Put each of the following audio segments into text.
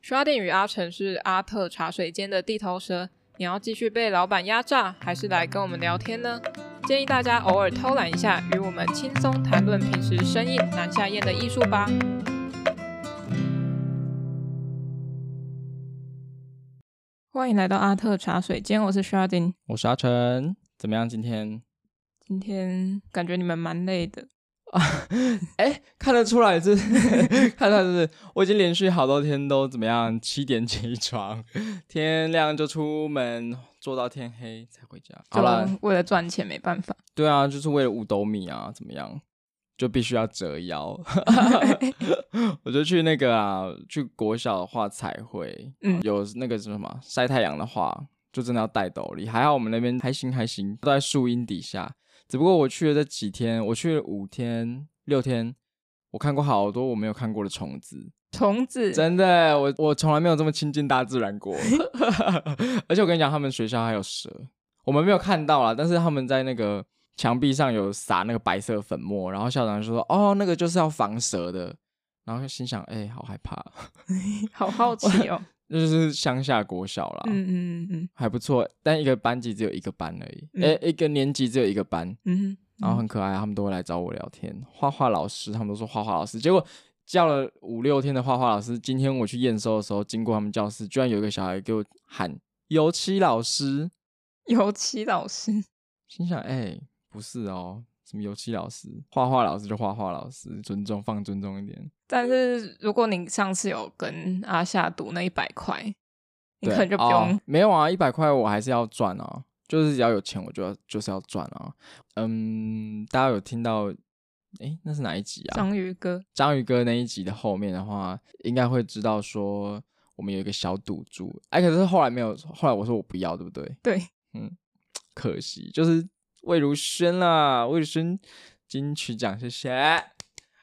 刷电与阿成是阿特茶水间的地头蛇，你要继续被老板压榨，还是来跟我们聊天呢？建议大家偶尔偷懒一下，与我们轻松谈论平时生硬难下咽的艺术吧。欢迎来到阿特茶水间，我是 Sharding。我是阿成，怎么样？今天？今天感觉你们蛮累的，哎，看得出来是， 看得出来是，我已经连续好多天都怎么样？七点起床，天亮就出门，做到天黑才回家。好了，就为了赚钱没办法。对啊，就是为了五斗米啊，怎么样？就必须要折腰。我就去那个啊，去国小画彩绘，嗯有那个是什么晒太阳的话，就真的要戴斗笠。还好我们那边还行还行，都在树荫底下。只不过我去了这几天，我去了五天六天，我看过好多我没有看过的虫子，虫子真的，我我从来没有这么亲近大自 然过。而且我跟你讲，他们学校还有蛇，我们没有看到啦，但是他们在那个墙壁上有撒那个白色粉末，然后校长就说：“哦，那个就是要防蛇的。”然后就心想：“哎、好害怕。 好好奇哦。”这就是乡下国小啦，嗯嗯嗯嗯还不错，但一个班级只有一个班而已，嗯哎、一个年级只有一个班，嗯，然后很可爱，他们都会来找我聊天。画画老师，他们都说画画老师，结果叫了五六天的画画老师，今天我去验收的时候，经过他们教室，居然有一个小孩给我喊“油漆老师油漆老师，”，心想：哎、不是哦，什么油漆老师，画画老师就画画老师，尊重放尊重一点。但是如果你上次有跟阿夏赌那一百块，你对可能就不哦用。没有啊，一百块我还是要赚啊，就是只要有钱我就要就是要赚啊。嗯，大家有听到？哎，那是哪一集啊？章鱼哥章鱼哥那一集的后面的话，应该会知道说我们有一个小赌注，哎，可是后来没有，后来我说我不要，对不对？对，可惜就是魏如萱啦，魏如萱金曲奖，谢谢。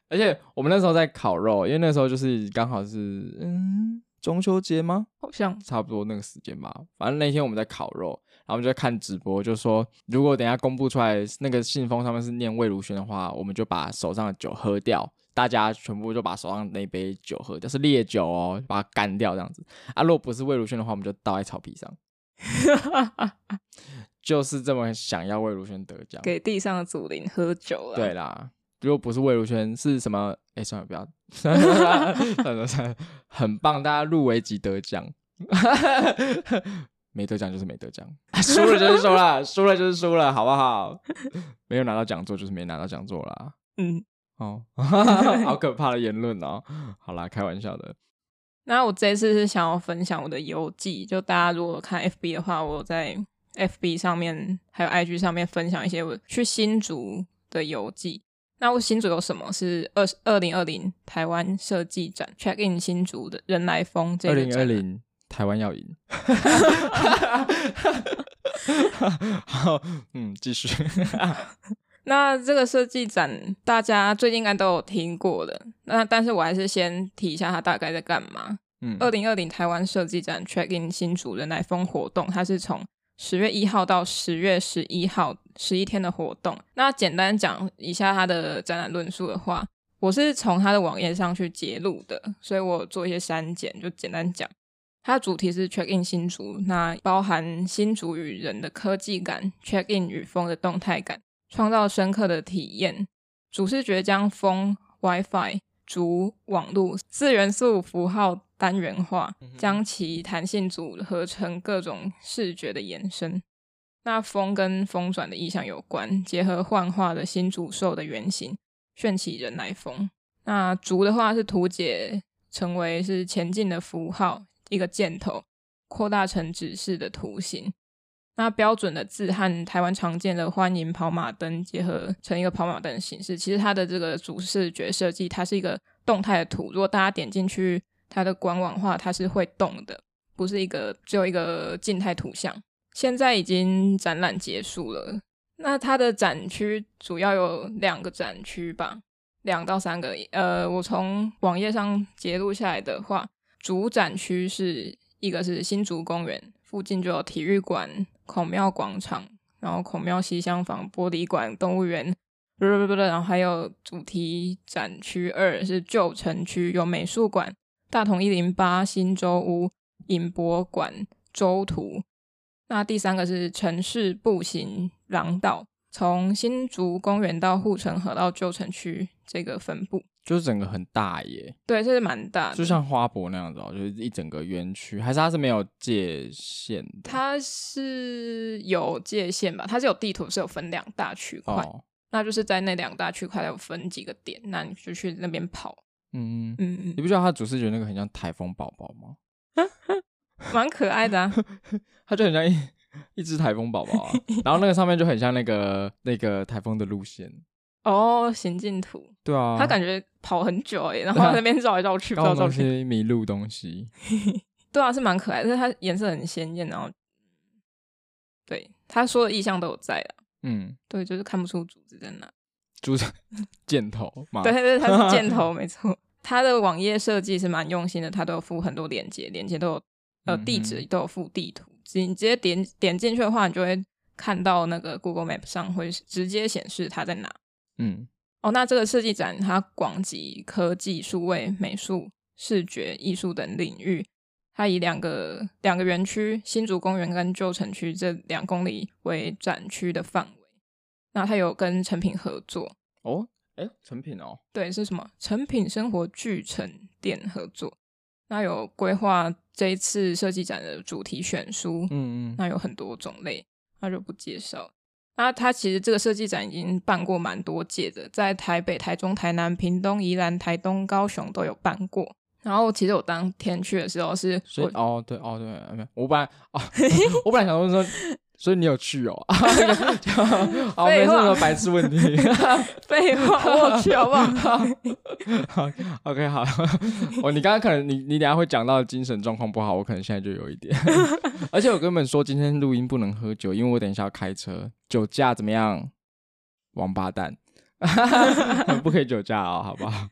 而且我们那时候在烤肉，因为那时候就是刚好是嗯中秋节吗？好像差不多那个时间吧。反正那天我们在烤肉，然后我们就在看直播，就说如果等一下公布出来那个信封上面是念魏如萱的话，我们就把手上的酒喝掉，大家全部就把手上那杯酒喝掉，是烈酒哦，把它干掉这样子。啊，如果不是魏如萱的话，我们就倒在草皮上。 就是这么想要魏如萱得奖，给地上的祖灵喝酒了。对，啦。如果不是魏如萱，是什么？哎、算了，不要， 算了，算了，算了，很棒，大家入围即得奖，没得奖就是没得奖， 输了就是输了，输了就是输了，好不好？ 没有拿到讲座就是没拿到讲座啦。嗯。 哦，好可怕的言论哦！好啦，开玩笑的。那我这一次是想要分享我的游记，就大家如果看 FB 的话，我在 FB 上面还有 IG 上面分享一些我去新竹的游记。那我新竹有什么？是二二零二零台湾设计展 Check In 新竹的人来疯这二个零二展览零，台湾要 赢。好，嗯，继续。 那这个设计展，大家最近应该都有听过的。那但是我还是先提一下它大概在干嘛。嗯，二零二零台湾设计展 Check In 新竹人来疯活动，它是从十月一号到十月十一号十一天的活动。那简单讲一下它的展览论述的话，我是从它的网页上去截录的，所以我做一些删减，就简单讲。它的主题是 Check In 新竹，那包含新竹与人的科技感，Check In 与风的动态感，创造深刻的体验。主视觉将风、WiFi、竹、网络四元素符号单元化嗯，哼将其弹性组合成各种视觉的延伸。那风跟风转的意象有关，结合幻化的新主兽的原型，炫起人来风。那竹的话是图解成为是前进的符号，一个箭头扩大成指示的图形。那标准的字和台湾常见的欢迎跑马灯结合成一个跑马灯的形式。其实它的这个主视觉设计，它是一个动态的图。如果大家点进去它的官网的话，它是会动的，不是一个只有一个静态图像。现在已经展览结束了，那它的展区主要有两个展区吧，两到三个。呃，我从网页上截录下来的话，主展区是一个是新竹公园附近就有体育馆、孔庙广场，然后孔庙西厢房、玻璃馆、动物园，不不不不，然后还有主题展区二是旧城区有美术馆、大同一零八、新洲屋、银博馆、周图。那第三个是城市步行廊道，从新竹公园到护城河到旧城区这个分布，就是整个很大耶，对，这是蛮大的。就像花博那样子、哦，就是一整个园区，还是它是没有界限的？它是有界限吧？它是有地图，是有分两大区块，哦，那就是在那两大区块有分几个点，那你就去那边跑。嗯，嗯嗯你不觉得它主视觉那个很像台风宝宝吗？嗯，蛮可爱的、 啊。它就很像一一只台风宝宝、 啊，然后那个上面就很像那个那个台风的路线。哦，行进图，对啊，他感觉跑很久哎、 然后在那边绕来绕去，绕高来绕中去。些迷路东西，对啊，是蛮可爱的，但是它颜色很鲜艳，然后对他说的意象都有在啊。嗯，对，就是看不出竹子在哪。猪 箭头嘛，对，对，它是 箭头，没错。它的网页设计是蛮用心的，它都有附很多链接，链接都有呃嗯哼地址都有附地图，你直接点点进去的话，你就会看到那个 Google Map 上会直接显示它在哪。嗯，哦，那这个设计展它广及科技、数位、美术、视觉、艺术等领域。它以两个两个园区——新竹公园跟旧城区这两公里为展区的范围。那它有跟成品合作，哦，哎，成品哦，对，是什么？成品生活巨城店合作。那有规划这一次设计展的主题选书，嗯嗯，那有很多种类，那就不介绍。那它其实这个设计展已经办过蛮多届的，在台北、台中、台南、屏东、宜兰、台东、高雄都有办过。然后其实我当天去的时候是所我以哦，对哦对，没有，我本来哦， 我本来想说说，所以你有去哦， 好，没废事，话说白痴问题哦 废话，我有去好不 好？ ，OK，好，哦，你刚刚可能你你等一下会讲到精神状况不好，我可能现在就有一点， 而且我根本说今天录音不能喝酒，因为我等一下要开车，酒驾怎么样？王八蛋， 不可以酒驾哦，好不好？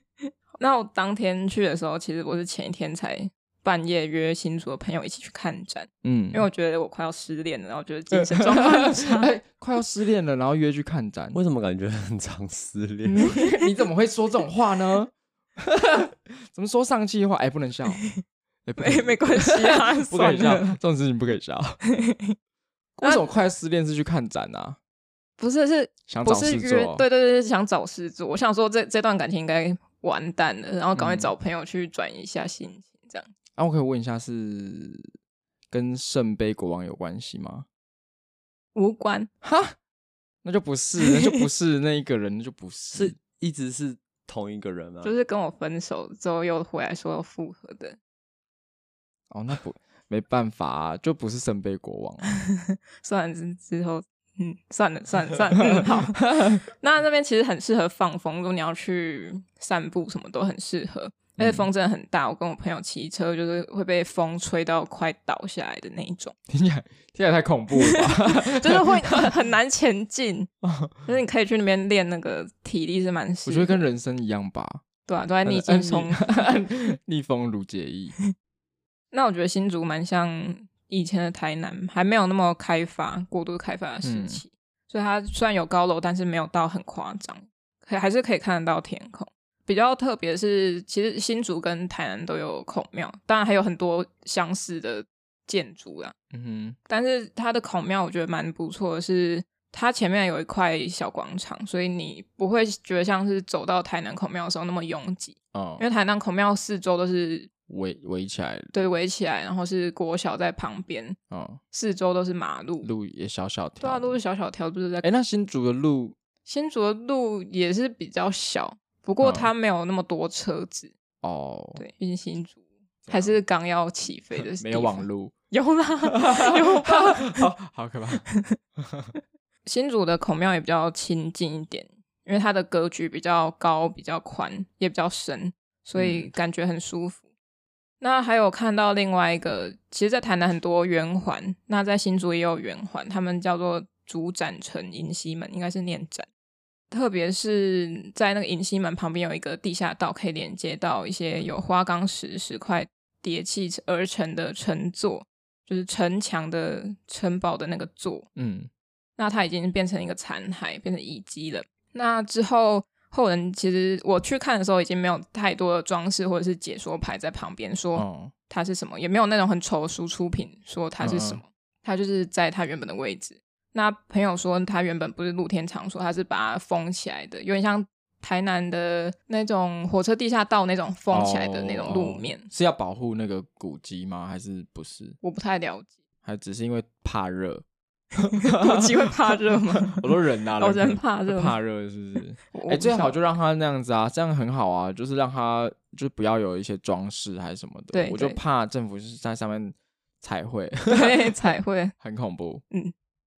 那我当天去的时候，其实我是前一天才半夜约新竹的朋友一起去看展，嗯，因为我觉得我快要失恋了，然后觉得精神状况很 差。哎，快要失恋了，然后约去看展，为什么感觉很常失恋？嗯 你怎么会说这种话 呢？怎么说上气话？哎、不能笑，哎不可以没没关系啊 不可以笑，算了这种事情不可 以笑。为什么快失恋是去看展啊？不是，是想不找是事约做？，对对对，是想找事做。我想说这这段感情应该完蛋了，然后赶快嗯找朋友去转移一下心情，这样。啊，我可以问一下，是跟圣杯国王有关系吗？无关，哈，那就 不是，那就不是那一个人，那就不是。是一直是同一个人啊吗？就是跟我分手之后又回来说要复合的，哦，那不没办法、啊，就不是圣杯国王、啊。算了之之后，嗯，算了算了算了，嗯， 好。那那边其实很适合放风，如果你要去散步，什么都很适合。而且嗯风真的很大，我跟我朋友骑车就是会被风吹到快倒下来的那一种，听起来听起来太恐怖了吧？就是 会很很难前进。就是你可以去那边练那个体 力是蛮适合我的，觉得跟人生一样吧。对啊，都在逆呃境 中。呃逆逆风如解意。那我觉得新竹蛮像以前的台南，还没有那么开发、过度开发的时期，所以它虽然有高楼，但是没有到很夸张，可还是可以看得到天空。比较特别的是，其实新竹跟台南都有孔庙，当然还有很多相似的建筑啦。嗯但是它的孔庙我觉得蛮不错的是。它前面有一块小广场，所以你不会觉得像是走到台南孔庙的时候那么拥挤，哼，哦因，为台南孔庙四周都是围围起来了，对围起来，然后是国小在旁边，哦，四周都是马路，路也小小条。对啊，都是。小小条，不是在、哎，那新竹的路，新竹的路也是比较小，不过嗯它没有那么多车子，哦，对，毕竟新竹还是刚要起飞的啊 没有地方网，路，有啦 有吧？好 好可怕。新竹的孔庙也比较亲近一点，因为它的格局比较高、比较宽，也比较深，所以感觉很舒服。那还有看到另外一个，其实，在台南很多圆环，那在新竹也有圆环，他们叫做竹展城银溪门，应该是念展。特别是在那个银溪门旁边有一个地下道，可以连接到一些有花岗石石块叠砌而成的城座，就是城墙的城堡的那个座。嗯那它已经变成一个残骸，变成遗迹了。那之后，后人其实我去看的时候，已经没有太多的装饰或者是解说牌在旁边说嗯，它是什么，也没有那种很丑的输出品说它是什么，嗯它就是在它原本的位置。那朋友说，它原本不是露天场所，它是把它封起来的，有点像台南的那种火车地下道那种封起来的那种路面。哦是要保护那个古迹吗？还是不是？我不太了解， 还只是因为怕热？有机会怕热吗？ 我说人啊，哦人怕热怕热是不是？我哎、我不知最好道就让他那样子啊，这样很好啊，就是让他就是不要有一些装饰还是什么的。对我就对怕政府是在上面彩绘， 对才会。很恐怖。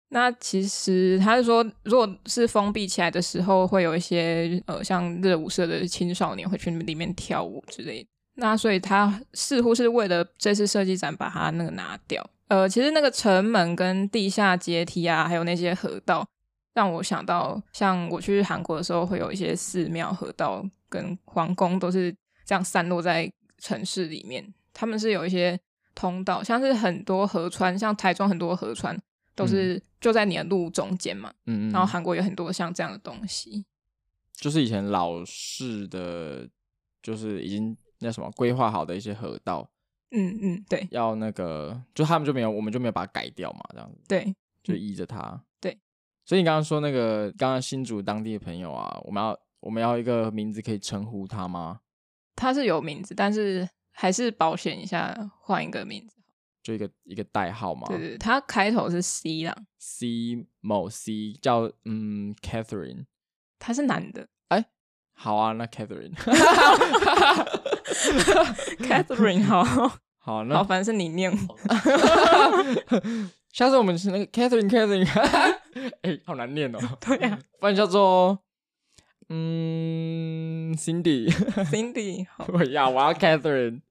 那其实他是说，如果是封闭起来的时候，会有一些呃，像热舞社的青少年会去里面跳舞之类的。那所以他似乎是为了这次设计展把它那个拿掉。呃，其实那个城门跟地下阶梯啊，还有那些河道，让我想到像我去韩国的时候，会有一些寺庙、河道跟皇宫都是这样散落在城市里面。他们是有一些通道，像是很多河川，像台中很多河川都是就在你的路中间嘛。嗯嗯，然后韩国有很多像这样的东西，就是以前老式的，就是已经那什么规划好的一些河道，嗯嗯，对要那个就他们就没有，我们就没有把它改掉嘛，这样子对，就依着它。嗯对，所以你刚刚说那个刚刚新竹当地的朋友啊，我们要我们要一个名字可以称呼他吗？它是有名字，但是还是保险一下，换一个名字。就一个一个代号嘛？对对，对它开头是 C 啦， C 某 C 叫嗯 Catherine，他是男的好啊，那 Catherine， ，Catherine 好，好、啊，那好，反正是你念我， 下次我们是那个 Catherine Catherine，哎、 好难念哦，对啊呀不然叫做嗯 Cindy， ，Cindy 好。我要我要 Catherine，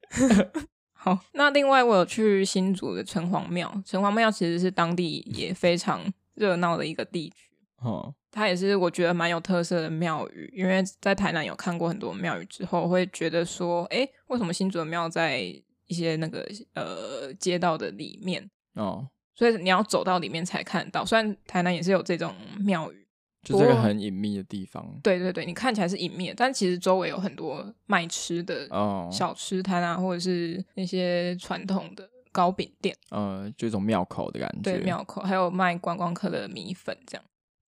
好，那另外我有去新竹的城隍庙，城隍庙其实是当地也非常热闹的一个地区，哦，它也是我觉得蛮有特色的庙宇。因为在台南有看过很多庙宇之后，会觉得说，哎，为什么新竹的庙在一些那个呃街道的里面？哦，所以你要走到里面才看到。虽然台南也是有这种庙宇，就这个很隐秘的地方，对对对，你看起来是隐秘，但其实周围有很多卖吃的哦，小吃摊啊，或者是那些传统的糕饼店。呃，就一种庙口的感觉，对， 庙口还有卖观光客的米粉这样。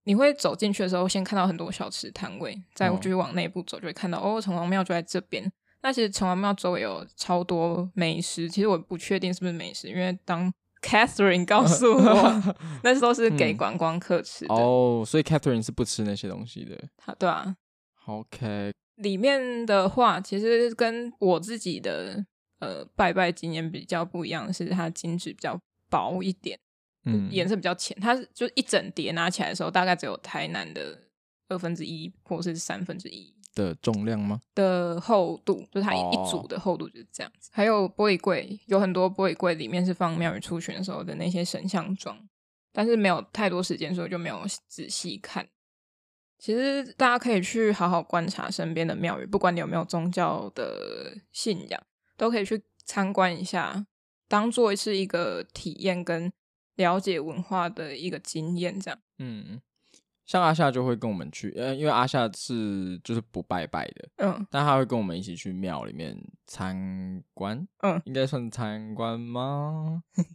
你会走进去的时候，先看到很多小吃摊位，再哦继续往内部走，就会看到哦，城隍庙就在这边。那其实城隍庙周围有超多美食，其实我不确定是不是美食，因为当 Catherine 告诉 我，那时候是给嗯观光客吃的，哦，所以 Catherine 是不吃那些东西的它对啊。 ，OK，里面的话，其实跟我自己的呃拜拜经验比较不一样，是它金纸比较薄一点。嗯，颜色比较浅，它是就一整叠拿起来的时候，大概只有台南的二分之一或是三分之一的重量吗？的厚度，就是它一、哦一组的厚度就是这样子。还有玻璃柜，有很多玻璃柜里面是放庙宇初选的时候的那些神像装，但是没有太多时间，所以就没有仔细看。其实大家可以去好好观察身边的庙宇，不管你有没有宗教的信仰，都可以去参观一下，当做是一个体验跟了解文化的一个经验。这样，嗯，像阿夏就会跟我们去，呃，因为阿夏是就是不拜拜的，嗯，但他会跟我们一起去庙里面参观，嗯应该算参观吗？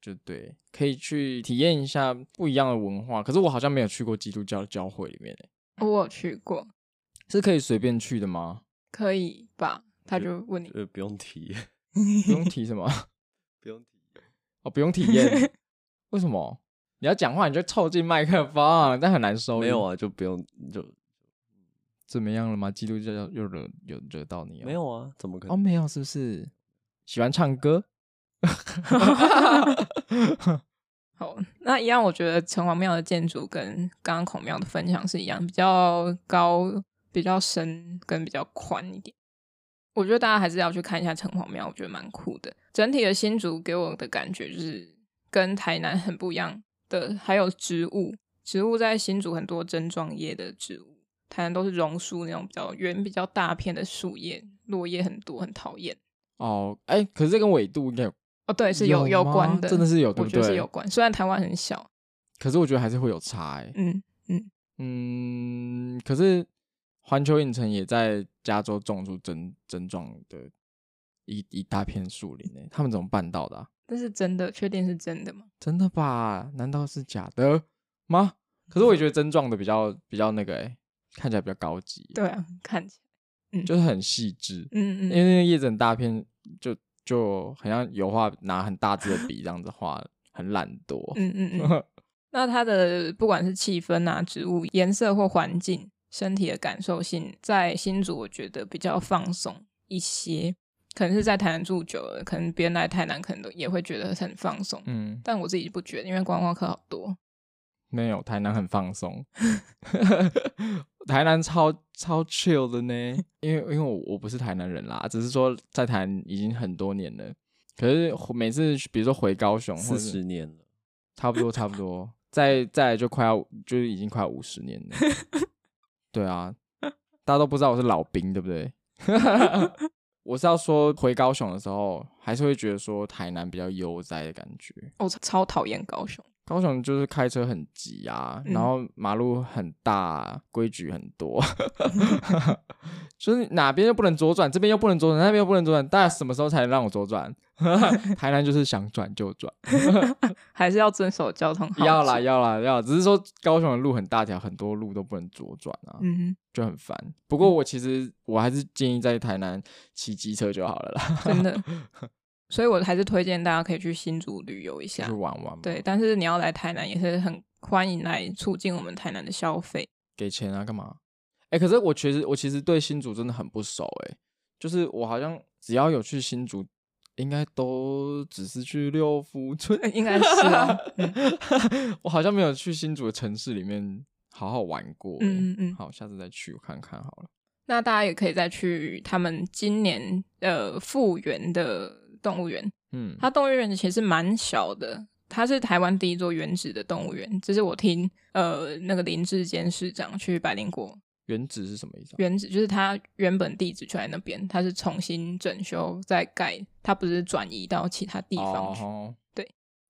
就对，可以去体验一下不一样的文化。可是我好像没有去过基督教的教会里面欸，我有去过，是可以随便去的吗？可以吧？他就问你，呃，不用提，不用提什么 不用提。哦，不用体验，为什么？你要讲话你就凑近麦克风，但很难收音。没有啊，就不用就怎么样了吗？基督教又惹有惹到你、哦？没有啊，怎么可哦，能？没有，是不是喜欢唱 歌？好，那一样，我觉得城隍庙的建筑跟刚刚孔庙的分享是一样，比较高、比较深跟比较宽一点。我觉得大家还是要去看一下城隍庙，我觉得蛮酷的。整体的新竹给我的感觉就是跟台南很不一样的，还有植物，植物在新竹很多针状叶的植物，台南都是榕树那种比较圆、比较大片的树叶，落叶很多，很讨厌。哦，哎、可是这跟纬度应该有哦，对，是有有吗关的，真的是有对我不觉得是对有关。虽然台湾很小，欸可是我觉得还是会有差哎、嗯，嗯，可是环球影城也在加州种出真真状的一一大片树林呢、欸他们怎么办到的、啊？这是真的，确定是真的吗？真的吧？难道是假的吗？可是我也觉得真状的比较比较那个、欸，看起来比较高级，对啊，看起就是很细致。来，嗯嗯嗯，因为那个叶子很大片，就就好像油画拿很大支的笔这样子画，很懒惰。嗯嗯 嗯。那它的不管是气氛啊、植物、颜色或环境、身体的感受性，在新竹我觉得比较放松一些。可能是在台南住久了，可能别人来台南可能都也会觉得很放松，嗯，但我自己不觉得，因为观光客好多。没有，台南很放松， 台南超超 chill 的呢。因为因为我我不是台南人啦，只是说在台南已经很多年了。可是每次比如说回高雄，或四者十是年了，差不多差不多，再再来就快要就是已经快五十年了。对啊，大家都不知道我是老兵，对不对？ 我是要说回高雄的时候，还是会觉得说台南比较悠哉的感觉。我、超讨厌高雄，高雄就是开车很急啊，嗯然后马路很大啊，规矩很多， 就是哪边又不能左转，这边又不能左转，那边又不能左转，大家什么时候才能让我左转？ 台南就是想转就转，还是要遵守交通号。要啦，要啦要啦，只是说高雄的路很大条，很多路都不能左转啊，嗯，就很烦。不过我其实我还是建议在台南骑机车就好了啦，真的。 所以我还是推荐大家可以去新竹旅游一下去。玩玩嘛，啊对，，但是你要来台南也是很欢迎来促进我们台南的消费。给钱啊，干嘛？哎、可是我其实我其实对新竹真的很不熟哎、就是我好像只要有去新竹，应该都只是去六福村， 应该是啊嗯我好像没有去新竹的城市里面好好玩过、嗯欸。嗯嗯好，下次再去看看好了。那大家也可以再去他们今年呃复原的动物园，嗯，它动物园其实蛮小的，它是台湾第一座原址的动物园。这是我听呃那个林志坚市长去百灵国原址是什么意思、啊？原址就是它原本地址就在那边，它是重新整修再盖，它不是转移到其他地方去。哦，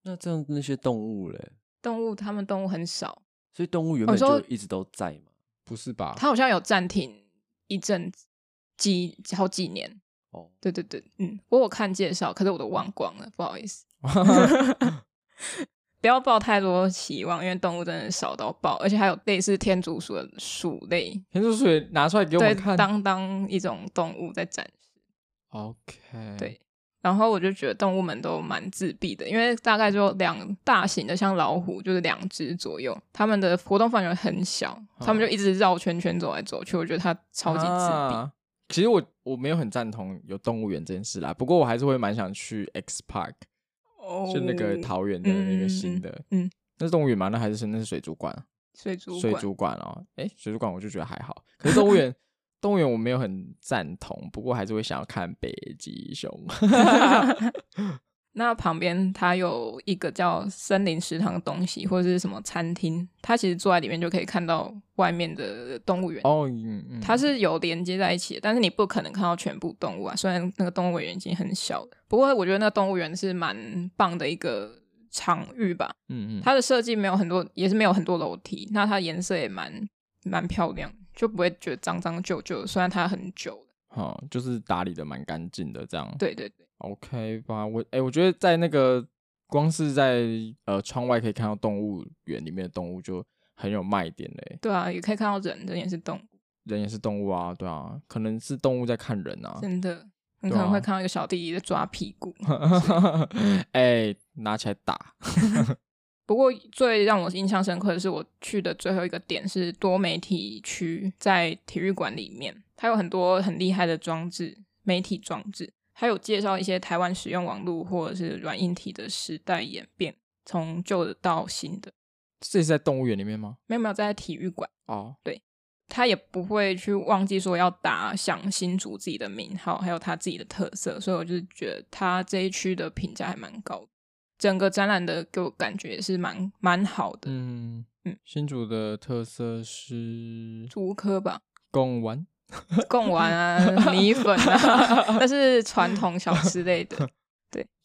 那这样那些动物嘞，动物它们动物很少，所以动物原哦本你说就一直都在嘛。不是吧？它好像有暂停一阵子几好几年。哦，对对对，嗯，我有看介绍，可是我都忘光了，不好意 思。不要抱太多期望，因为动物真的少到爆，而且还有类似天竺鼠的鼠类，田鼠水拿出来给我对们，看。当当一种动物在展示。 OK，对然后我就觉得动物们都蛮自闭的，因为大概就两大型的，像老虎就是两只左右，它们的活动范围很小，它们就一直绕圈圈走来走去，我觉得它超级自闭。啊其实我我没有很赞同有动物园这件事啦，不过我还是会蛮想去 X Park。哦就那个桃园的那个新的，嗯嗯嗯嗯那是动物园吗？那还是那是水族馆啊？水族水馆族馆哦，哎、水族馆我就觉得还好，可是 动物园，动物园我没有很赞同，不过还是会想要看北极熊。那旁边它有一个叫森林食堂的东西，或者是什么餐厅，它其实坐在里面就可以看到外面的动物园。哦，嗯嗯，它是有连接在一起的，但是你不可能看到全部动物啊。虽然那个动物园已经很小了，不过我觉得那动物园是蛮棒的一个场域吧。嗯嗯，它的设计没有很多，也是没有很多楼梯，那它颜色也蛮蛮漂亮，就不会觉得脏脏旧旧的。虽然它很久了，好、就是打理的蛮干净的这样。对对对， ，OK 吧，我哎、我觉得在那个光是在呃窗外可以看到动物园里面的动物就很有卖点嘞、对啊，也可以看到人，人也是动物，人也是动物啊，对啊，可能是动物在看人 啊，真的，你对可能啊会看到一个小弟弟在抓屁股。哎、拿起来打，不过最让我印象深刻的是，我去的最后一个点是多媒体区，在体育馆里面，它有很多很厉害的装置，媒体装置，还有介绍一些台湾使用网络或者是软硬体的时代演变，从旧的到新的。这是在动物园里面吗？没有没有，在体育馆，哦，他也不会去忘记说要打响新竹自己的名号，还有他自己的特色，所以我就觉得他这一区的评价还蛮高的。整个展览的给我感觉也是蛮蛮好的，嗯嗯新竹的特色是竹科吧，贡丸，贡丸啊、米粉啊，那是传统小吃类的。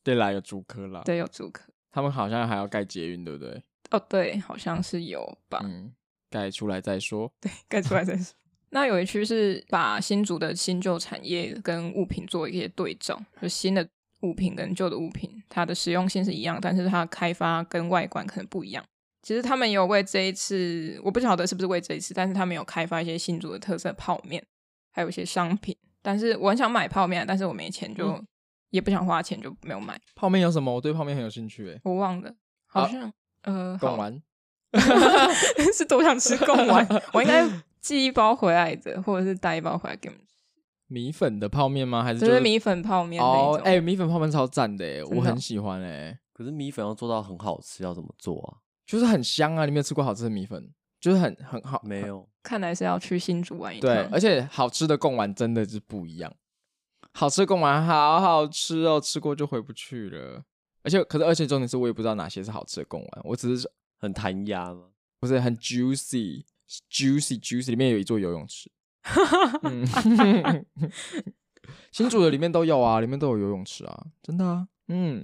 对啦，有竹科啦，对，有竹科。他们好像还要盖捷运，对不对？哦，对，好像是有吧？嗯，盖出来再说。对，盖出来再说。 那有一区是把新竹的新旧产业跟物品做一些对照，就新的物品跟旧的物品，它的实用性是一样，但是它开发跟外观可能不一样。其实他们有为这一次，我不晓得是不是为这一次，但是他们有开发一些新竹的特色泡面，还有一些商品。但是我很想买泡面，但是我没钱就，也不想花钱，就没有买。泡面有什么？我对泡面很有兴趣诶。我忘了，好好像呃，好贡丸， 是多想吃贡 丸，我应该寄一包回来的，或者是带一包回来给你们吃，米粉的泡面吗？还是就就是米粉泡面那一哦种。，哎，米粉泡面超赞的诶，的哦我很喜欢诶，可是米粉要做到很好吃，要怎么做啊？就是很香啊！你没有吃过好吃的米粉，就是很很好，没有，看来是要去新竹玩一趟。对，而且好吃的贡丸真的是不一样，好吃的贡丸好好吃哦，吃过就回不去了。而且，可是而且重点是我也不知道哪些是好吃的贡丸，我只是很弹牙吗？不是很 juicy juicy juicy，里面有一座游 泳池。嗯 新竹的里面都有啊，里面都有游泳池啊，真的啊。嗯，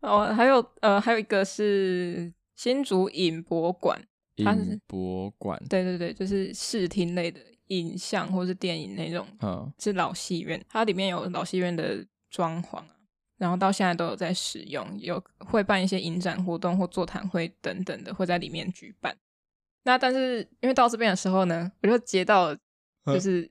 哦，还有呃，还有一个是新竹影博馆，它是影博馆，对对对，就是视听类的影像或是电影那种， 嗯，是老戏院，它里面有老戏院的装潢啊，然后到现在都有在使用，有会办一些影展活动或座谈会等等的，会在里面举办。那但是因为到这边的时候呢，我就接到了就是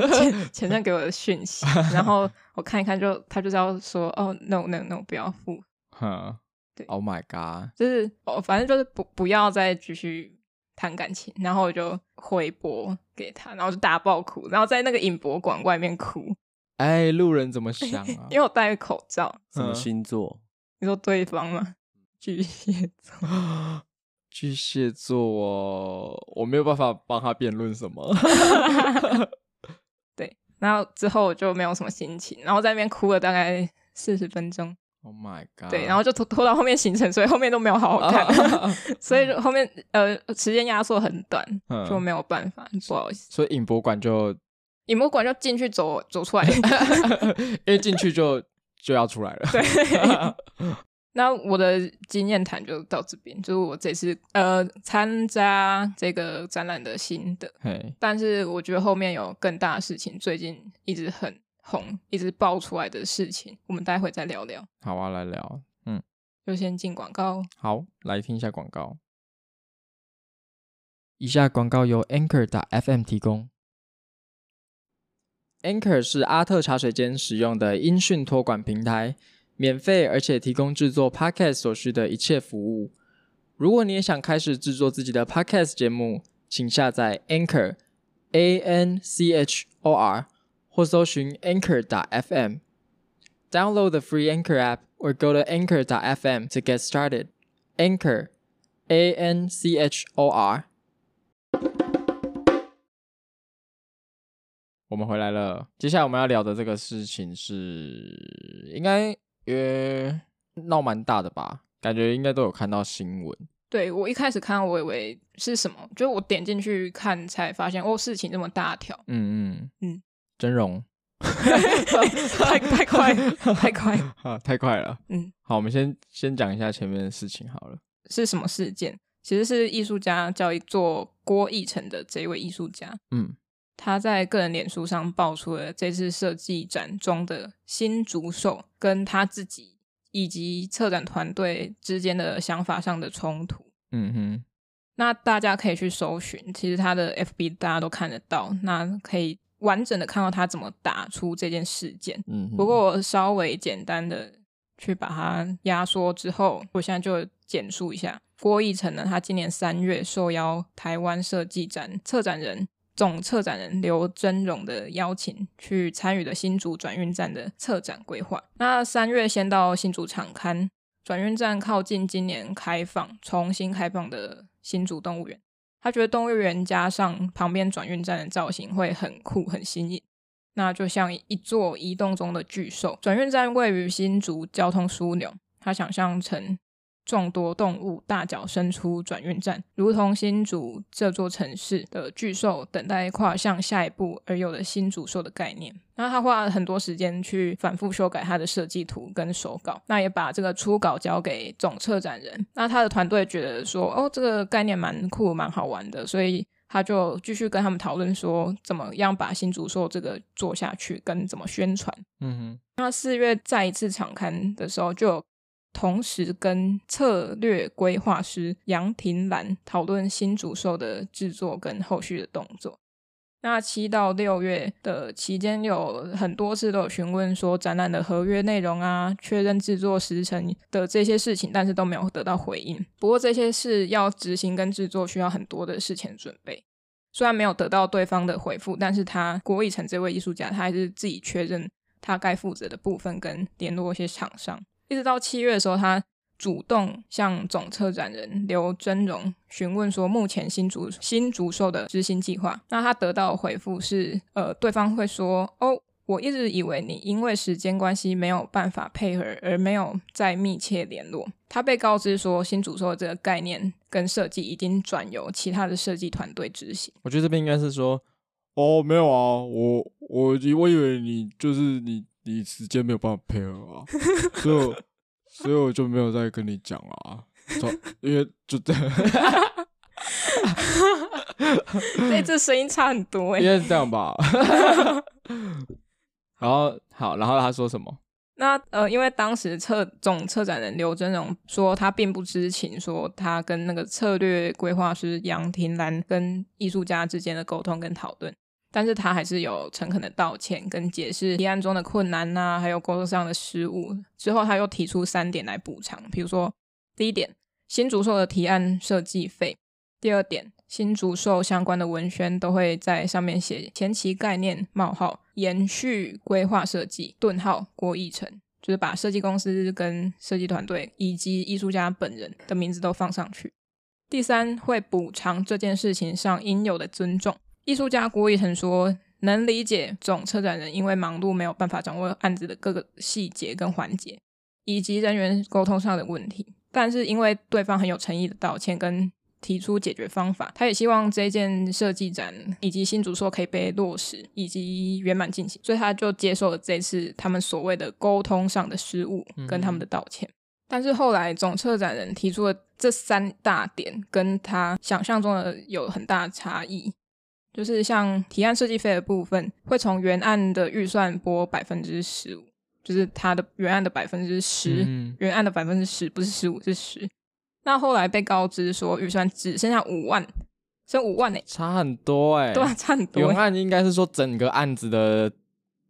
前前任给我的讯息，然后我看一看就他就是要说哦 no no no 不要付，哼，对，Oh my god，就是哦反正就是不不要再继续谈感情，然后我就回拨给他，然后就大爆哭，然后在那个影博馆外面哭，哎，路人怎 么想啊？因为我戴口罩。什么嗯星座？你说对方吗？巨蟹座，巨蟹座哦，我没有办法帮他辩论什么。对。然后之后我就没有什么心情，然后在那边哭了大概四十分钟， Oh my god！ 对，然后就拖拖到后面行程，所以后面都没有好好看，啊 所以就后面呃时间压缩很短，嗯就没有办法，不好意思。 所以影博馆就 影幕馆就进去走走出来，因为进去就就要出来了。对。那我的经验谈就到这边，就是我这次呃参加这个展览的心得。 嘿，但是我觉得后面有更大的事情，最近一直很红，一直爆出来的事情，我们待会再聊聊。好啊，来聊。嗯，就先进广告，好，来听一下广告。以下广告由 Anchor 打 FM 提供。Anchor 是阿特茶水间使用的音讯托管平台，免费而且提供制作 Podcast 所需的一切服务。如果你也想开始制作自己的 Podcast 节目，请下载 Anchor A N C H O R 或搜寻 Anchor 打 FM。Download the free Anchor app or go to anchor.fm to get started. Anchor, A N C H O R。我们回来了，接下来我们要聊的这个事情是，应该呃闹蛮大的吧？感觉应该都有看到新闻。对我一开始看，我以为是什么，就我点进去看才发现，哦，事情这么大条， 嗯嗯嗯，真容太太 快了，太快了，啊，太快了。嗯，好，我们先先讲一下前面的事情好了。是什么事件？其实是艺术家叫做郭义成的这位艺术家，嗯，他在个人脸书上爆出了这次设计展中的新竹手跟他自己以及策展团队之间的想法上的冲突。嗯哼，那大家可以去搜寻，其实他的 FB 大家都看得到，那可以完整的看到他怎么打出这件事件。嗯哼不过我稍微简单的去把它压缩之后，我现在就简述一下。郭义成呢，他今年三月受邀台湾设计展策展人总策展人刘真荣的邀请，去参与了新竹转运站的策展规划。那三月先到新竹场刊，转运站靠近今年开放重新开放的新竹动物园。他觉得动物园加上旁边转运站的造型会很酷、很新颖，那就像一座移动中的巨兽。转运站位于新竹交通枢纽，它想象成众多动物大脚伸出转运站，如同新竹这座城市的巨兽等待跨向下一步而有的新竹兽的概念。那他花了很多时间去反复修改他的设计图跟手稿，那也把这个初稿交给总策展人。那他的团队觉得说，哦，这个概念蛮酷、蛮好玩的，所以他就继续跟他们讨论说，怎么样把新竹兽这个做下去，跟怎么宣传。嗯哼，那四月再一次场刊的时候，就有同时跟策略规划师杨廷兰讨论新主兽的制作跟后续的动作。那七到六月的期间，有很多次都有询问说展览的合约内容啊、确认制作时程的这些事情，但是都没有得到回应。不过这些是要执行跟制作需要很多的事前准备。虽然没有得到对方的回复，但是他郭以成这位艺术家，他还是自己确认他该负责的部分跟联络一些厂商。一直到七月的时候，他主动向总策展人刘真荣询问说，目前新竹新竹售的执行计划。那他得到的回复是，呃，对方会说，哦，我一直以为你因为时间关系没有办法配合，而没有再密切联络。他被告知说，新主售这个概念跟设计已经转由其他的设计团队执行。我觉得这边应该是说，哦，没有啊，我我以我以为你就是你你时间没有办法配合啊，所以我所以我就没有再跟你讲了啊，从因为就这样，所以这声音差很多哎、应该是这样 吧。然后好，然后他说什么？那呃，因为当时策总策展人刘真荣说他并不知情，说他跟那个策略规划师杨廷兰跟艺术家之间的沟通跟讨论，但是他还是有诚恳的道歉跟解释提案中的困难呐、还有工作上的失误。之后他又提出三点来补偿，比如说第一点，新竹兽的提案设计费；第二点，新竹兽相关的文宣都会在上面写前期概念冒号延续规划设计顿号郭义成，就是把设计公司跟设计团队以及艺术家本人的名字都放上去。第三，会补偿这件事情上应有的尊重。艺术家郭义成说。能理解总策展人因为忙碌没有办法掌握案子的各个细节跟环节，以及人员沟通上的问题。但是因为对方很有诚意的道歉跟提出解决方法，他也希望这件设计展以及新竹说可以被落实以及圆满进行，所以他就接受了这次他们所谓的沟通上的失误跟他们的道歉。但是后来总策展人提出了这三大点，跟他想象中的有很大的差异。就是像提案设计费的部分，会从原案的预算拨百分之十五，就是它的原案的百分之十，嗯原案的百分之十，不是十五是十。那后来被告知说预算只剩下五万，剩五万呢、差很多哎、对啊，差很多原欸、案应该是说整个案子的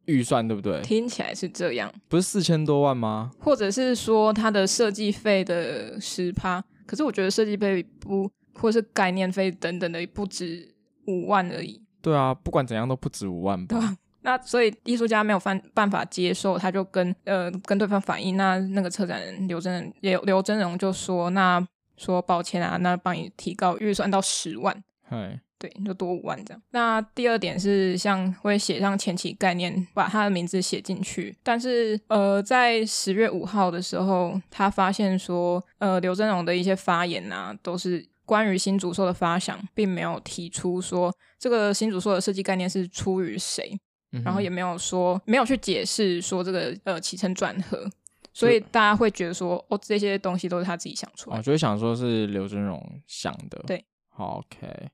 预算对不对？听起来是这样，不是四千多万吗？或者是说它的设计费的十趴，可是我觉得设计费不，或是概念费等等的不止五万而已。对啊，不管怎样都不止五万吧。啊那所以艺术家没有办办法接受，他就跟呃跟对方反映。那那个策展人刘真人刘刘真荣就说：“那说抱歉啊，那帮你提高预算到十万，嗨，对，就多五万这样。”那第二点是像会写上前期概念，把他的名字写进去。但是呃，在十月五号的时候，他发现说，呃，刘真荣的一些发言啊，都是。关于新竹兽的发想，并没有提出说这个新竹兽的设计概念是出于谁，嗯哼然后也没有说没有去解释说这个呃起承转合，所以大家会觉得说哦这些东西都是他自己想出来哦，的，就会想说是刘真荣想的。对好，OK，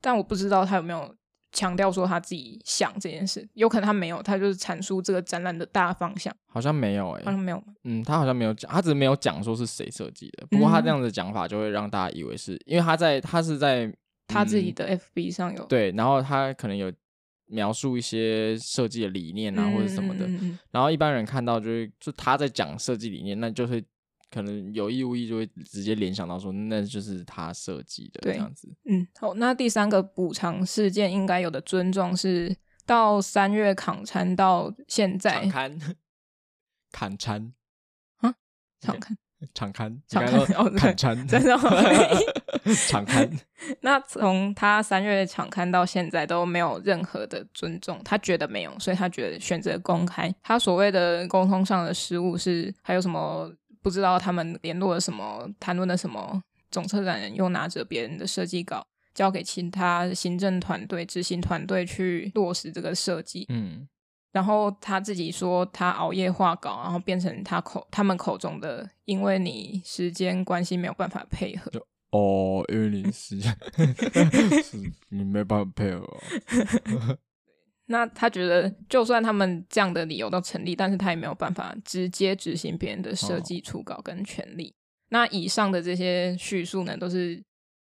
但我不知道他有没有强调说他自己想这件事，有可能他没有，他就是阐述这个展览的大方向，好像没有哎、好像没有嘛，嗯，他好像没有讲，他只是没有讲说是谁设计的。不过他嗯这样的讲法就会让大家以为是，因为他在他是在他自己嗯的 FB 上有对，然后他可能有描述一些设计的理念啊、或者什么的，嗯嗯嗯嗯然后一般人看到就是就他在讲设计理念，那就是可能有意无意就会直接联想到说那就是他设计的对这样子。嗯，好，那第三个补偿事件应该有的尊重是到三月抗餐到现在场刊， 砍餐，场刊，场场刊，刊你刚刚哦说对砍餐，真的哦吗 场刊，那从他三月场刊到现在都没有任何的尊重，他觉得没有，所以他觉得选择公开。他所谓的沟通上的失误是还有什么不知道他们联络了什么，谈论了什么，总策展人又拿着别人的设计稿交给其他行政团队、执行团队去落实这个设计。嗯，然后他自己说他熬夜画稿，然后变成他口他们口中的因为你时间关系没有办法配合。哦，因为你 是是你没办法配合啊、那他觉得，就算他们这样的理由都成立，但是他也没有办法直接执行别人的设计、初稿跟权利。那以上的这些叙述呢，都是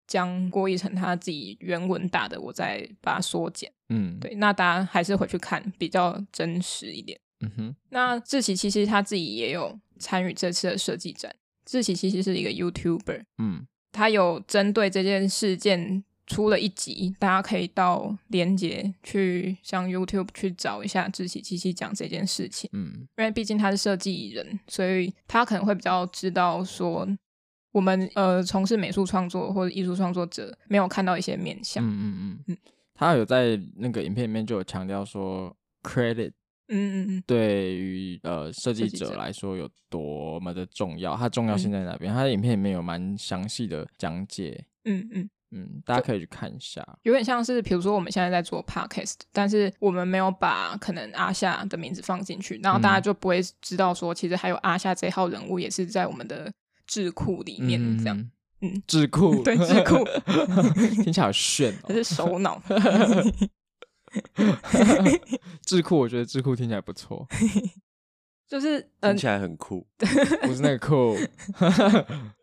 将郭一成他自己原文打的，我再把它缩减。嗯，，对，那大家还是回去看，比较真实一点。嗯哼，那志奇其实他自己也有参与这次的设计展。志奇其实是一个 YouTuber，嗯，他有针对这件事件出了一集，大家可以到连接去上 YouTube 去找一下志奇七七讲这件事情，嗯，因为毕竟他是设计人，所以他可能会比较知道说我们呃从事美术创作或者艺术创作者没有看到一些面嗯相。嗯嗯嗯，他有在那个影片里面就有强调说，credit 嗯嗯嗯，对于呃设计设计者者来说有多么的重要，它重要性在哪边？他的影片里面有蛮详细的讲解，嗯嗯。嗯，大家可以去看一下。有点像是，比如说我们现在在做 podcast，但是我们没有把可能阿夏的名字放进去，然后大家就不会知道说，其实还有阿夏这号人物也是在我们的智库里面这样。嗯，嗯智库对智库 听起来好炫 可哦。是首脑，智库，我觉得智库听起来不错，就是嗯听，起来很酷。不是那个酷，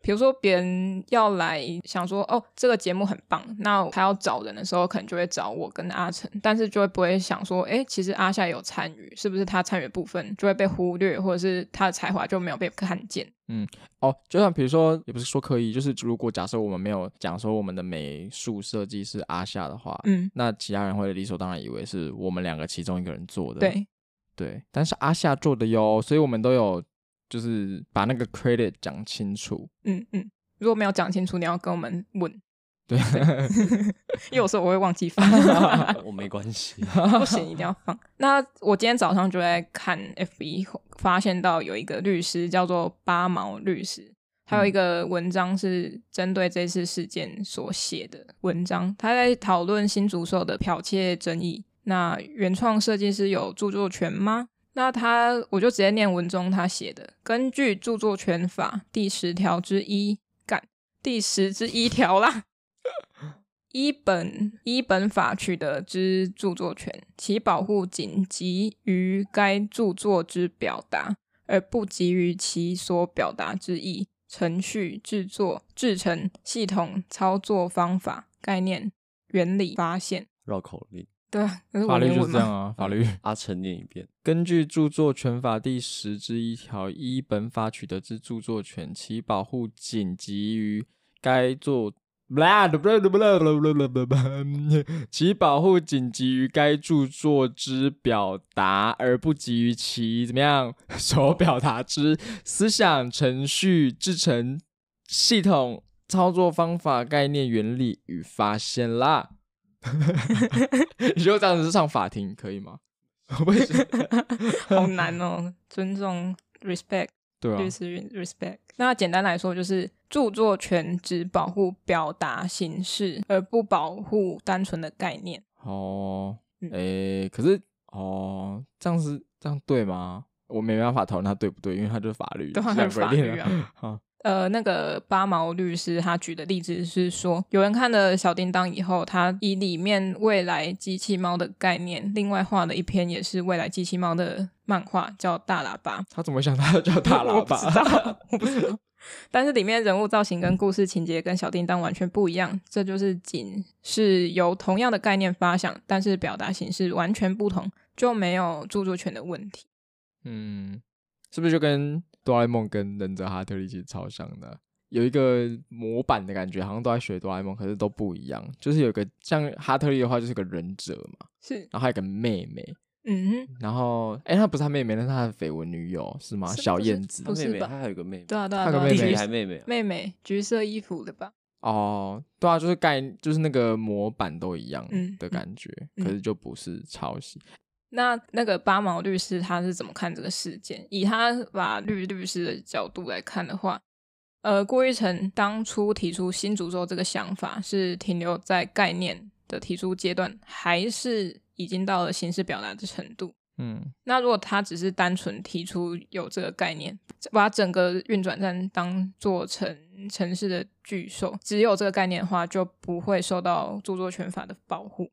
比如说别人要来想说，哦，这个节目很棒，那他要找人的时候，可能就会找我跟阿成，但是就会不会想说，哎，其实阿夏有参与，是不是他参与的部分就会被忽略，或者是他的才华就没有被看见？哦，就像比如说，也不是说刻意，就是如果假设我们没有讲说我们的美术设计是阿夏的话，嗯，那其他人会理所当然以为是我们两个其中一个人做的。对，对，但是阿夏做的哟，所以我们都有就是把那个 credit 讲清楚。嗯嗯，如果没有讲清楚，你要跟我们问，对， 因为有时候我会忘记放， 我没关系，不行一定要放。那我今天早上就在看 F 一，发现到有一个律师叫做八毛律师，还有一个文章是针对这次事件所写的文章，他在讨论新竹售的剽窃争议。那原创设计师有著作权吗？那他我就直接念文中他写的，根据著作权法第十条之一，干第十之一条啦。依本依本法取得之著作权，其保护仅及于该著作之表达，而不及于其所表达之意、程序、制作、制成、系统、操作方法、概念、原理、发现。绕口令。对啊，那是法文律言就文是这样 嘛。啊，法律。阿成念一遍，根据著作权法第十之一条，依本法取得之著作权，其保护仅及于该作。 其保护仅及于该著作之表达，而不及于其怎么样 所表达之思想、程序、制成、系统、操作方法、概念、原理与发现啦。 你觉得这样子上法庭可以吗？ 我不行。好难哦，尊重 respect。对啊律，师 respect。那简单来说，就是著作权只保护表达形式，而不保护单纯的概念。哦，嗯诶、可是哦，这样是这样对吗？我没办法讨论他对不对，因为他就是法律，对啊是他是两法个人律啊定的。 好，呃，那个八毛律师他举的例子是说，有人看了《小叮当》以后，他以里面未来机器猫的概念，另外画了一篇也是未来机器猫的漫画，叫《大喇叭》。他怎么想他叫 大我喇不叭？知道，我不知道。 但是里面人物造型跟故事情节跟小叮当完全不一样，这就是仅是由同样的概念发想，但是表达形式完全不同，就没有著作权的问题。 嗯，是不是就跟哆啦 A 梦跟忍者哈特利其实超像的？有一个模板的感觉，好像都在学哆啦 A 梦，可是都不一样。就是有个像哈特利的话，就是个忍者嘛，是，然后还有个妹妹，嗯哼，然后诶，她不是他妹妹，那是他的绯闻女友是吗？是小不是燕子不是妹妹，吧她还有个妹妹，对啊，对啊，他对跟啊，妹弟妹弟橘还妹妹啊，妹妹橘色衣服的吧？哦，对啊，就是概就是那个模板都一样嗯的嗯感觉，嗯可是就不是抄袭。那那个八毛律师他是怎么看这个事件？以他法律律师的角度来看的话，呃，郭玉成当初提出新诅咒这个想法是停留在概念的提出阶段，还是已经到了形式表达的程度？嗯，那如果他只是单纯提出有这个概念，把整个运转站当做城城市的巨兽，只有这个概念的话，就不会受到著作权法的保护。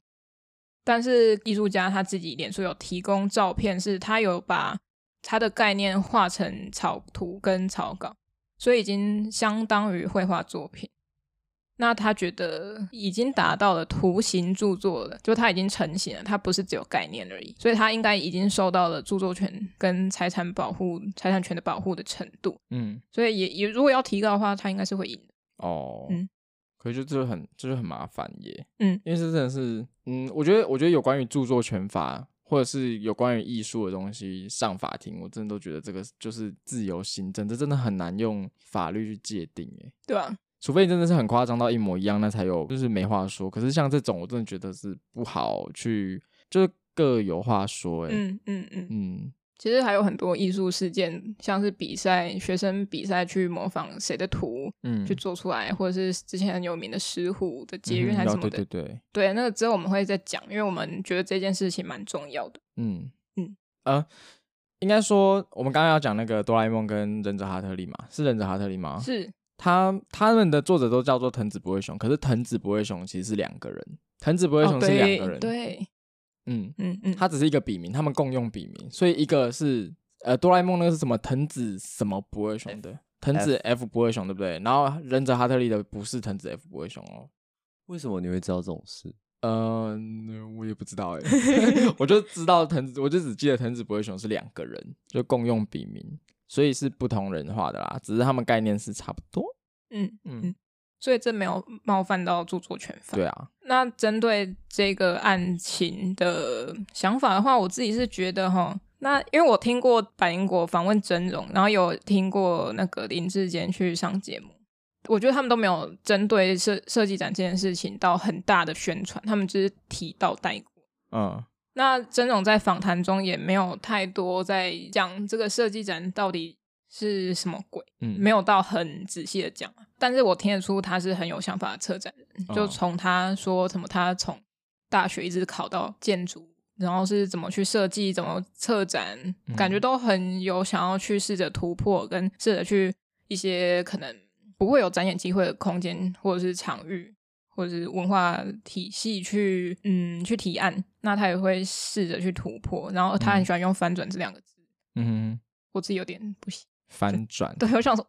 但是艺术家他自己脸书有提供照片，是他有把他的概念画成草图跟草稿，所以已经相当于绘画作品。那他觉得已经达到了图形著作了，就他已经成型了，它不是只有概念而已，所以他应该已经受到了著作权跟财产保护、财产权的保护的程度，嗯，所以也也如果要提高的话，他应该是会赢的。哦，嗯可是就这就很这就很麻烦耶，嗯，因为这真的是，嗯，我觉得我觉得有关于著作权法或者是有关于艺术的东西上法庭，我真的都觉得这个就是自由行政，这真的很难用法律去界定耶，对啊，除非真的是很夸张到一模一样，那才有就是没话说。可是像这种，我真的觉得是不好去，就是各有话说、欸。嗯嗯嗯。嗯其实还有很多艺术事件，像是比赛，学生比赛去模仿谁的图嗯，去做出来，或者是之前很有名的石虎的捷运嗯还是什要么的，对对对，对，那个之后我们会再讲，因为我们觉得这件事情蛮重要的。嗯嗯呃，应该说我们刚刚要讲那个哆啦 A 梦跟忍者哈特利嘛，是忍者哈特利吗？是，他他们的作者都叫做藤子不二雄，可是藤子不二雄其实是两个人，藤子不二哦，雄是两对个人，对，嗯，嗯嗯，它只是一个笔名，他们共用笔名，所以一个是呃哆啦 A 梦那个是什么藤子什么不二雄的藤子 F 不二雄对不对？然后忍者哈特利的不是藤子 F 不二雄哦，为什么你会知道这种事？嗯、我也不知道哎、 我就知道藤子，我就只记得藤子不二雄是两个人，就共用笔名，所以是不同人画的啦，只是他们概念是差不多。嗯，嗯，所以这没有冒犯到著作权法。对啊，那针对这个案情的想法的话，我自己是觉得哈，那因为我听过百灵果访问真容，然后有听过那个林志坚去上节目，我觉得他们都没有针对设设计展这件事情到很大的宣传，他们只是提到代过。嗯那曾总在访谈中也没有太多在讲这个设计展到底是什么鬼，嗯，没有到很仔细的讲，但是我听得出他是很有想法的策展人，嗯就从他说什么他从大学一直考到建筑，然后是怎么去设计、怎么策展，感觉都很有想要去试着突破，跟试着去一些可能不会有展演机会的空间或者是场域。或者是文化体系去嗯去提案，那他也会试着去突破，然后他很喜欢用翻转这两个字，嗯我自己有点不行。反转，对，我想说，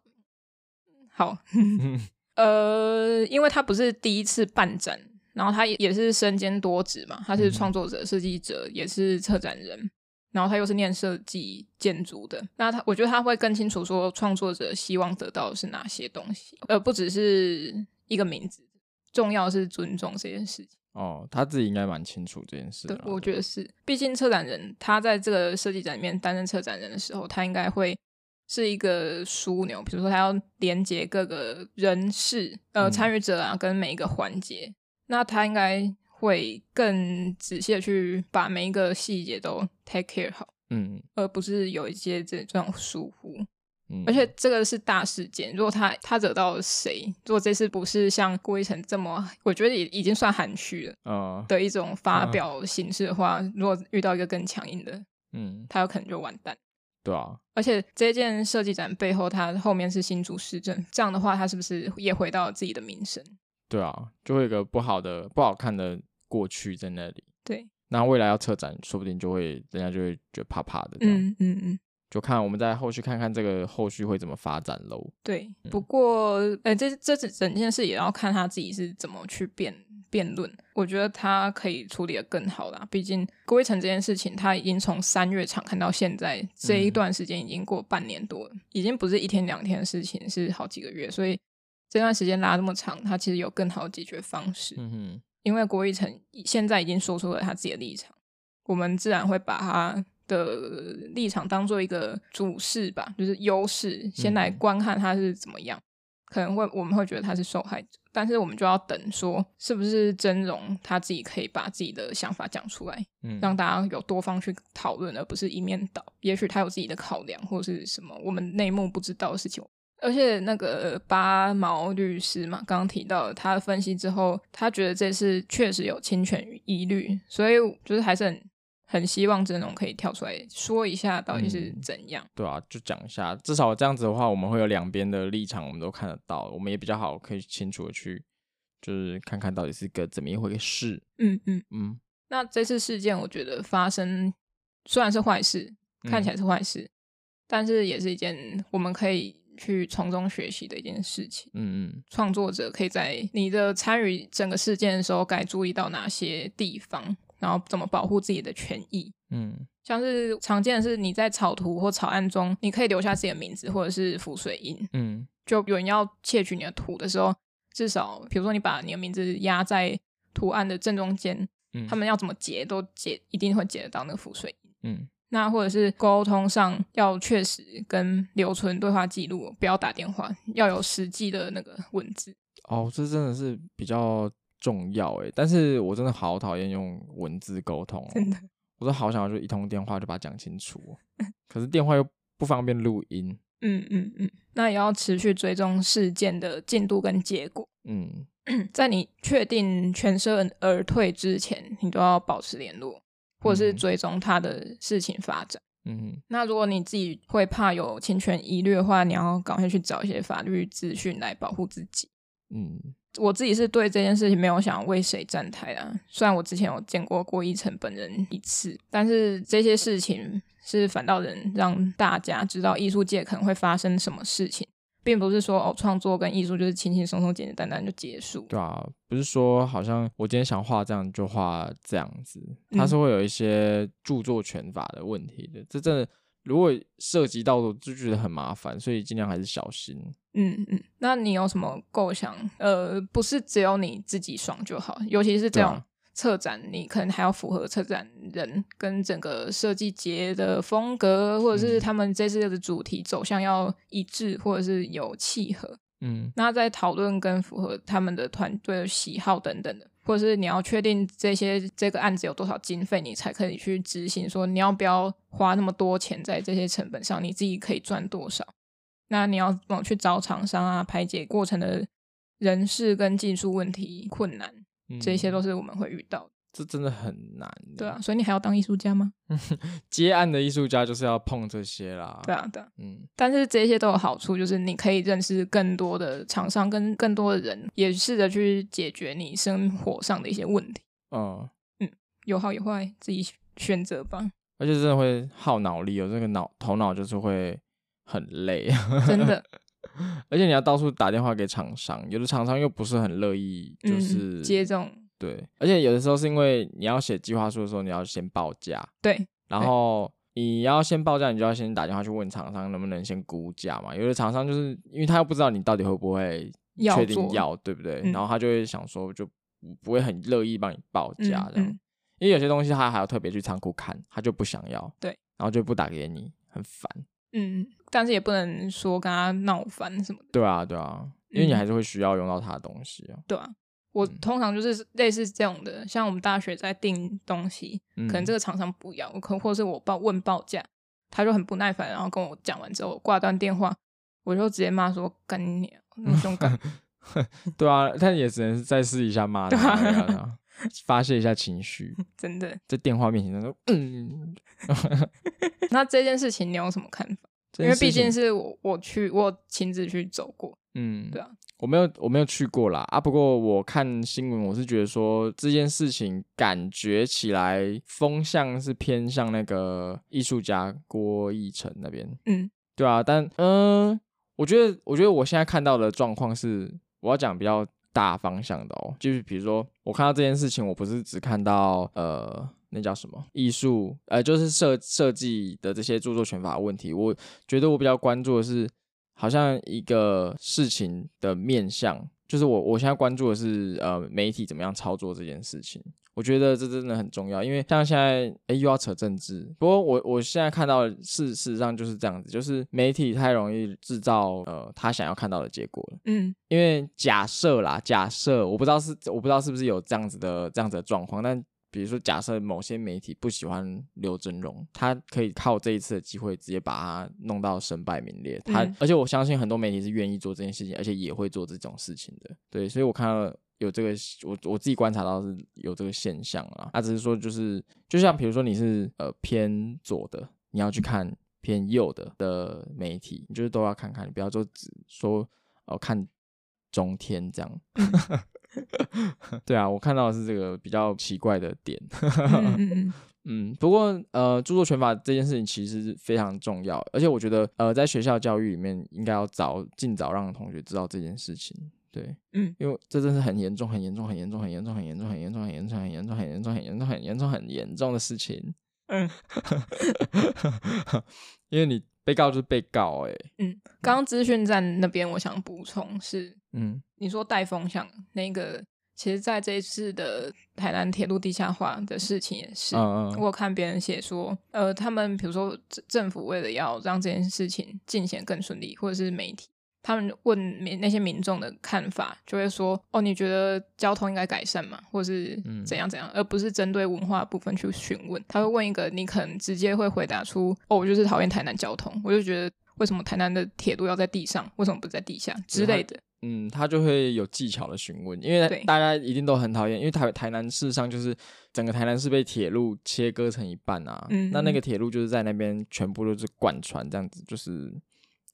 好，嗯 呃，因为他不是第一次办展，然后他也也是身兼多职嘛，他是嗯哼创作者、设计者，也是策展人，然后他又是念设计建筑的。那他，我觉得他会更清楚说创作者希望得到的是哪些东西，而不只是一个名字。重要的是尊重这件事情，哦，他自己应该蛮清楚这件事对的，，我觉得是。毕竟策展人他在这个设计展里面担任策展人的时候，他应该会是一个枢纽，比如说他要连接各个人事、呃嗯参与者啊，跟每一个环节，那他应该会更仔细的去把每一个细节都 take care 好，嗯而不是有一些这这种疏忽。嗯，而且这个是大事件，如果他他惹到了谁，如果这次不是像郭一晨这么，我觉得也已经算含蓄了。呃的一种发表形式的话，如果遇到一个更强硬的，嗯，他有可能就完蛋。对啊，而且这件设计展背后，他后面是新竹市政，这样的话，他是不是也回到了自己的名声？对啊，就会有一个不好的、不好看的过去在那里。对，那未来要撤展，说不定就会人家就会觉得怕怕的，这样、嗯嗯嗯，就看我们在后续看看这个后续会怎么发展喽。对。嗯不过，呃，这这整整件事也要看他自己是怎么去辩辩论。我觉得他可以处理的更好啦，毕竟郭一成这件事情，他已经从三月场看到现在这一嗯段时间，已经过半年多了，已经不是一天两天的事情，是好几个月，所以。这段时间拉这么长，他其实有更好的解决方式。嗯哼，因为郭一成现在已经说出了他自己的立场，我们自然会把他的立场当做一个主事吧，就是优势，先来观看他是怎么样。可能会我们会觉得他是受害者，但是我们就要等说是不是真容他自己可以把自己的想法讲出来，嗯，让大家有多方去讨论，而不是一面倒。也许他有自己的考量或是什么我们内幕不知道的事情。而且那个八毛律师嘛，刚刚提到他分析之后，他觉得这次确实有侵权疑虑，所以就是还是很很希望真龙可以跳出来说一下到底是嗯怎样。对啊，就讲一下，至少这样子的话，我们会有两边的立场，我们都看得到，我们也比较好，可以清楚的去，就是看看到底是个怎么一回事。嗯嗯，嗯，那这次事件我觉得发生虽然是坏事，看起来是坏事，但是也是一件我们可以去从中学习的一件事情。嗯嗯创作者可以在你的参与整个事件的时候，该注意到哪些地方，然后怎么保护自己的权益。嗯像是常见的是，你在草图或草案中，你可以留下自己的名字或者是浮水印。嗯就有人要窃取你的图的时候，至少比如说你把你的名字压在图案的正中间，嗯，他们要怎么截都截，一定会截得到那个浮水印。嗯那或者是沟通上要确实跟留存对话记录，不要打电话，要有实际的那个文字。哦，这真的是比较重要诶，但是我真的好讨厌用文字沟通、哦，真的，我都好想要就一通电话就把它讲清楚 哦、可是电话又不方便录音。嗯嗯嗯，那也要持续追踪事件的进度跟结果。嗯在你确定全身而退之前，你都要保持联络，或者是嗯追踪他的事情发展。嗯那如果你自己会怕有侵权疑虑的话，你要赶快去找一些法律资讯来保护自己。嗯我自己是对这件事情没有想为谁站台啊，虽然我之前有见过郭一成本人一次，但是这些事情是反倒能让大家知道艺术界可能会发生什么事情，并不是说哦创作跟艺术就是轻轻松松、简简单单就结束。对啊，不是说好像我今天想画这样就画这样子，它嗯是会有一些著作权法的问题的。这真的如果涉及到的，我就觉得很麻烦，所以尽量还是小心。嗯嗯，那你有什么构想？呃，不是只有你自己爽就好，尤其是这对啊种策展，你可能还要符合策展人跟整个设计节的风格，或者是嗯他们这次的主题走向要一致，或者是有契合。嗯那在讨论跟符合他们的团队的喜好等等的，或者是你要确定这些这个案子有多少经费，你才可以去执行。说你要不要花那么多钱在这些成本上，你自己可以赚多少？那你要怎么去找厂商啊，排解过程的人事跟技术问题困难，嗯这些都是我们会遇到的。这真的很难。对啊，，所以你还要当艺术家吗？接案的艺术家就是要碰这些啦。对，啊，对啊。嗯但是这些都有好处，就是你可以认识更多的厂商，跟更多的人，也试着去解决你生活上的一些问题。嗯，有好有坏，自己选择 吧。而且真的会耗脑力哦，这个脑头脑就是会很累。真的， 而且你要到处打电话给厂商，有的厂商又不是很乐意，就嗯是、接这种，对，而且有的时候是因为你要写计划书的时候，你要先报价，对，然对后你要先报价，你就要先打电话去问厂商能不能先估价嘛。有的厂商就是因为他又不知道你到底会不会要确定做要，对不对？嗯然后他就会想说就不不会很乐意帮你报价嗯这样，嗯因为有些东西他还要特别去仓库看，他就不想要，对，然后就不打给你，很烦。嗯，但是也不能说跟他闹翻什么的，对啊，对啊，因为你嗯还是会需要用到他的东西啊。对啊？我嗯通常就是类似这种的，像我们大学在订东西，嗯可能这个厂商不要，我可或是我报问报价，他就很不耐烦，然后跟我讲完之后挂断电话，我就直接骂说干你娘那么 凶干，对啊，但也只能再试一下骂对啊他，对啊对啊发泄一下 情绪，真的。在电话面前他说，嗯，那这件事情你有什么看法？这因件为事毕竟情是我我去我亲自去走过，嗯，对啊，我没有我没有去过啦啊，不过我看新闻，我是觉得说这件事情感觉起来风向是偏向那个艺术家郭义成那边，嗯，对啊，但嗯、呃我觉得我觉得我现在看到的状况是，我要讲比较大方向的哦，就是比如说我看到这件事情，我不是只看到呃。那叫什么艺术？呃，就是设设计的这些著作权法的问题，我觉得我比较关注的是，好像一个事情的面向，就是我我现在关注的是呃媒体怎么样操作这件事情。我觉得这真的很重要，因为像现在哎又要扯政治，不过我我现在看到的事事实上就是这样子，就是媒体太容易制造呃他想要看到的结果了。嗯 因为假设啦，假设我不知道是我不知道是不是有这样子的这样子的状况，但比如说假设某些媒体不喜欢刘真荣，他可以靠这一次的机会直接把他弄到身败名裂。他、嗯而且我相信很多媒体是愿意做这件事情，而且也会做这种事情的。对，所以我看到有这个，我我自己观察到是有这个现象啦。他、只是说，就是就像比如说你是呃偏左的，你要去看偏右的的媒体，你就是都要看看，你不要就只说哦、呃看中天这样。 对啊，我看到的是这个比较奇怪的点。 嗯嗯嗯，嗯，不过呃，著作权法这件事情其实是非常重要，而且我觉得呃，在学校教育里面应该要早尽早让同学知道这件事情。对，嗯，因为这真是很严重、很严重、很严重、很严重、很严重、很严重、很严重、很严重、很严重、很严重、很严重、很严重的事情。嗯， 因为你被告就是被告，哎，刚刚资讯站那边，我想补充是，嗯你说带风向那个，其实在这一次的台南铁路地下化的事情也是，嗯我嗯，有看别人写说，呃，他们比如说政政府为了要让这件事情进行更顺利，或者是媒体，他们问民那些民众的看法，就会说，哦，你觉得交通应该改善吗？或是嗯怎样怎样，而不是针对文化部分去询问。他会问一个，你可能直接会回答出，哦，我就是讨厌台南交通，我就觉得为什么台南的铁路要在地上，为什么不在地下之类的。嗯，他就会有技巧的询问，因为对大家一定都很讨厌，因为台台南事实上就是整个台南是被铁路切割成一半啊，嗯那那个铁路就是在那边全部都是贯穿这样子，就是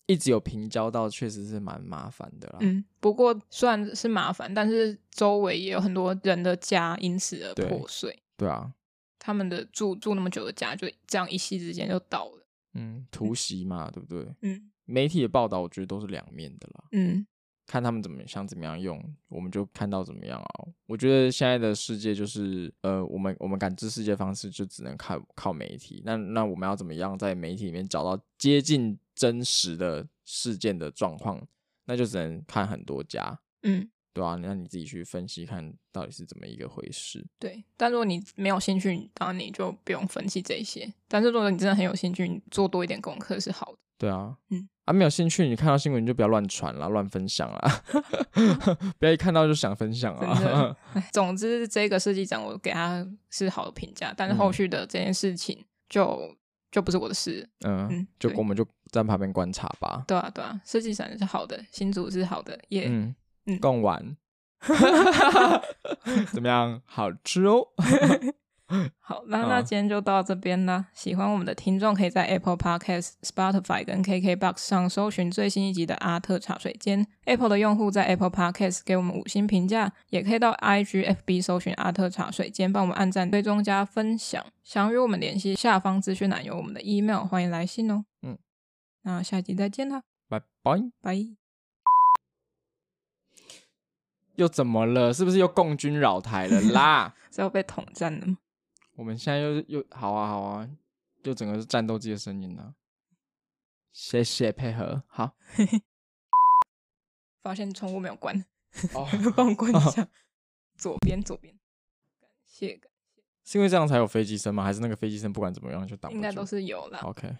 一直有平交道，确实是蛮麻烦的啦。嗯，不过虽然是麻烦，但是周围也有很多人的家因此而对破碎。对啊，他们的住住那么久的家，就这样一夕之间就倒了。嗯，突袭嘛，对不对？嗯媒体的报道我觉得都是两面的啦，嗯看他们怎么想怎么样用，我们就看到怎么样啊。我觉得现在的世界就是，呃，我们我们感知世界方式就只能靠靠媒体。那那我们要怎么样在媒体里面找到接近真实的事件的状况？那就只能看很多家，嗯，对啊，那你自己去分析看到底是怎么一个回事。对。但如果你没有兴趣，当然你就不用分析这些。但是如果你真的很有兴趣，你做多一点功课是好的。对啊，嗯啊，没有兴趣，你看到新闻你就不要乱传啦，乱分享 啦，不要一看到就想分享真 的 啊。总之，这个设计展我给他是好的评价，但是嗯后续的这件事情就、就不是我的事。嗯嗯，就对我们就站旁边观察吧。对啊对啊，设计展是好的，新组是好的，耶、嗯嗯，贡丸，怎么样？好吃哦。好，那那好啊今天就到这边啦。喜欢我们的听众可以在 Apple Podcast、Spotify 跟 KKBox 上搜寻最新一集的《阿特茶水间》。Apple 的用户在 Apple Podcast 给我们五星评价，也可以到 IGFB 搜寻“阿特茶水间”，帮我们按赞、追踪、加分享。想与我们联系，下方资讯栏有我们的 email，欢迎来信哦。嗯，那下集再见啦，拜拜。拜。又怎么了？是不是又共军扰台了 啦？是要被统战了吗？我们现在又又好啊好啊，又整个是战斗机的声音啊。谢谢配合，好发现窗户没有 关，哦，帮我关一 下。左边，左边。感谢，感是因为这样才有飞机声吗？还是那个飞机声不管怎么样就挡不住？应该都是有啦。 OK。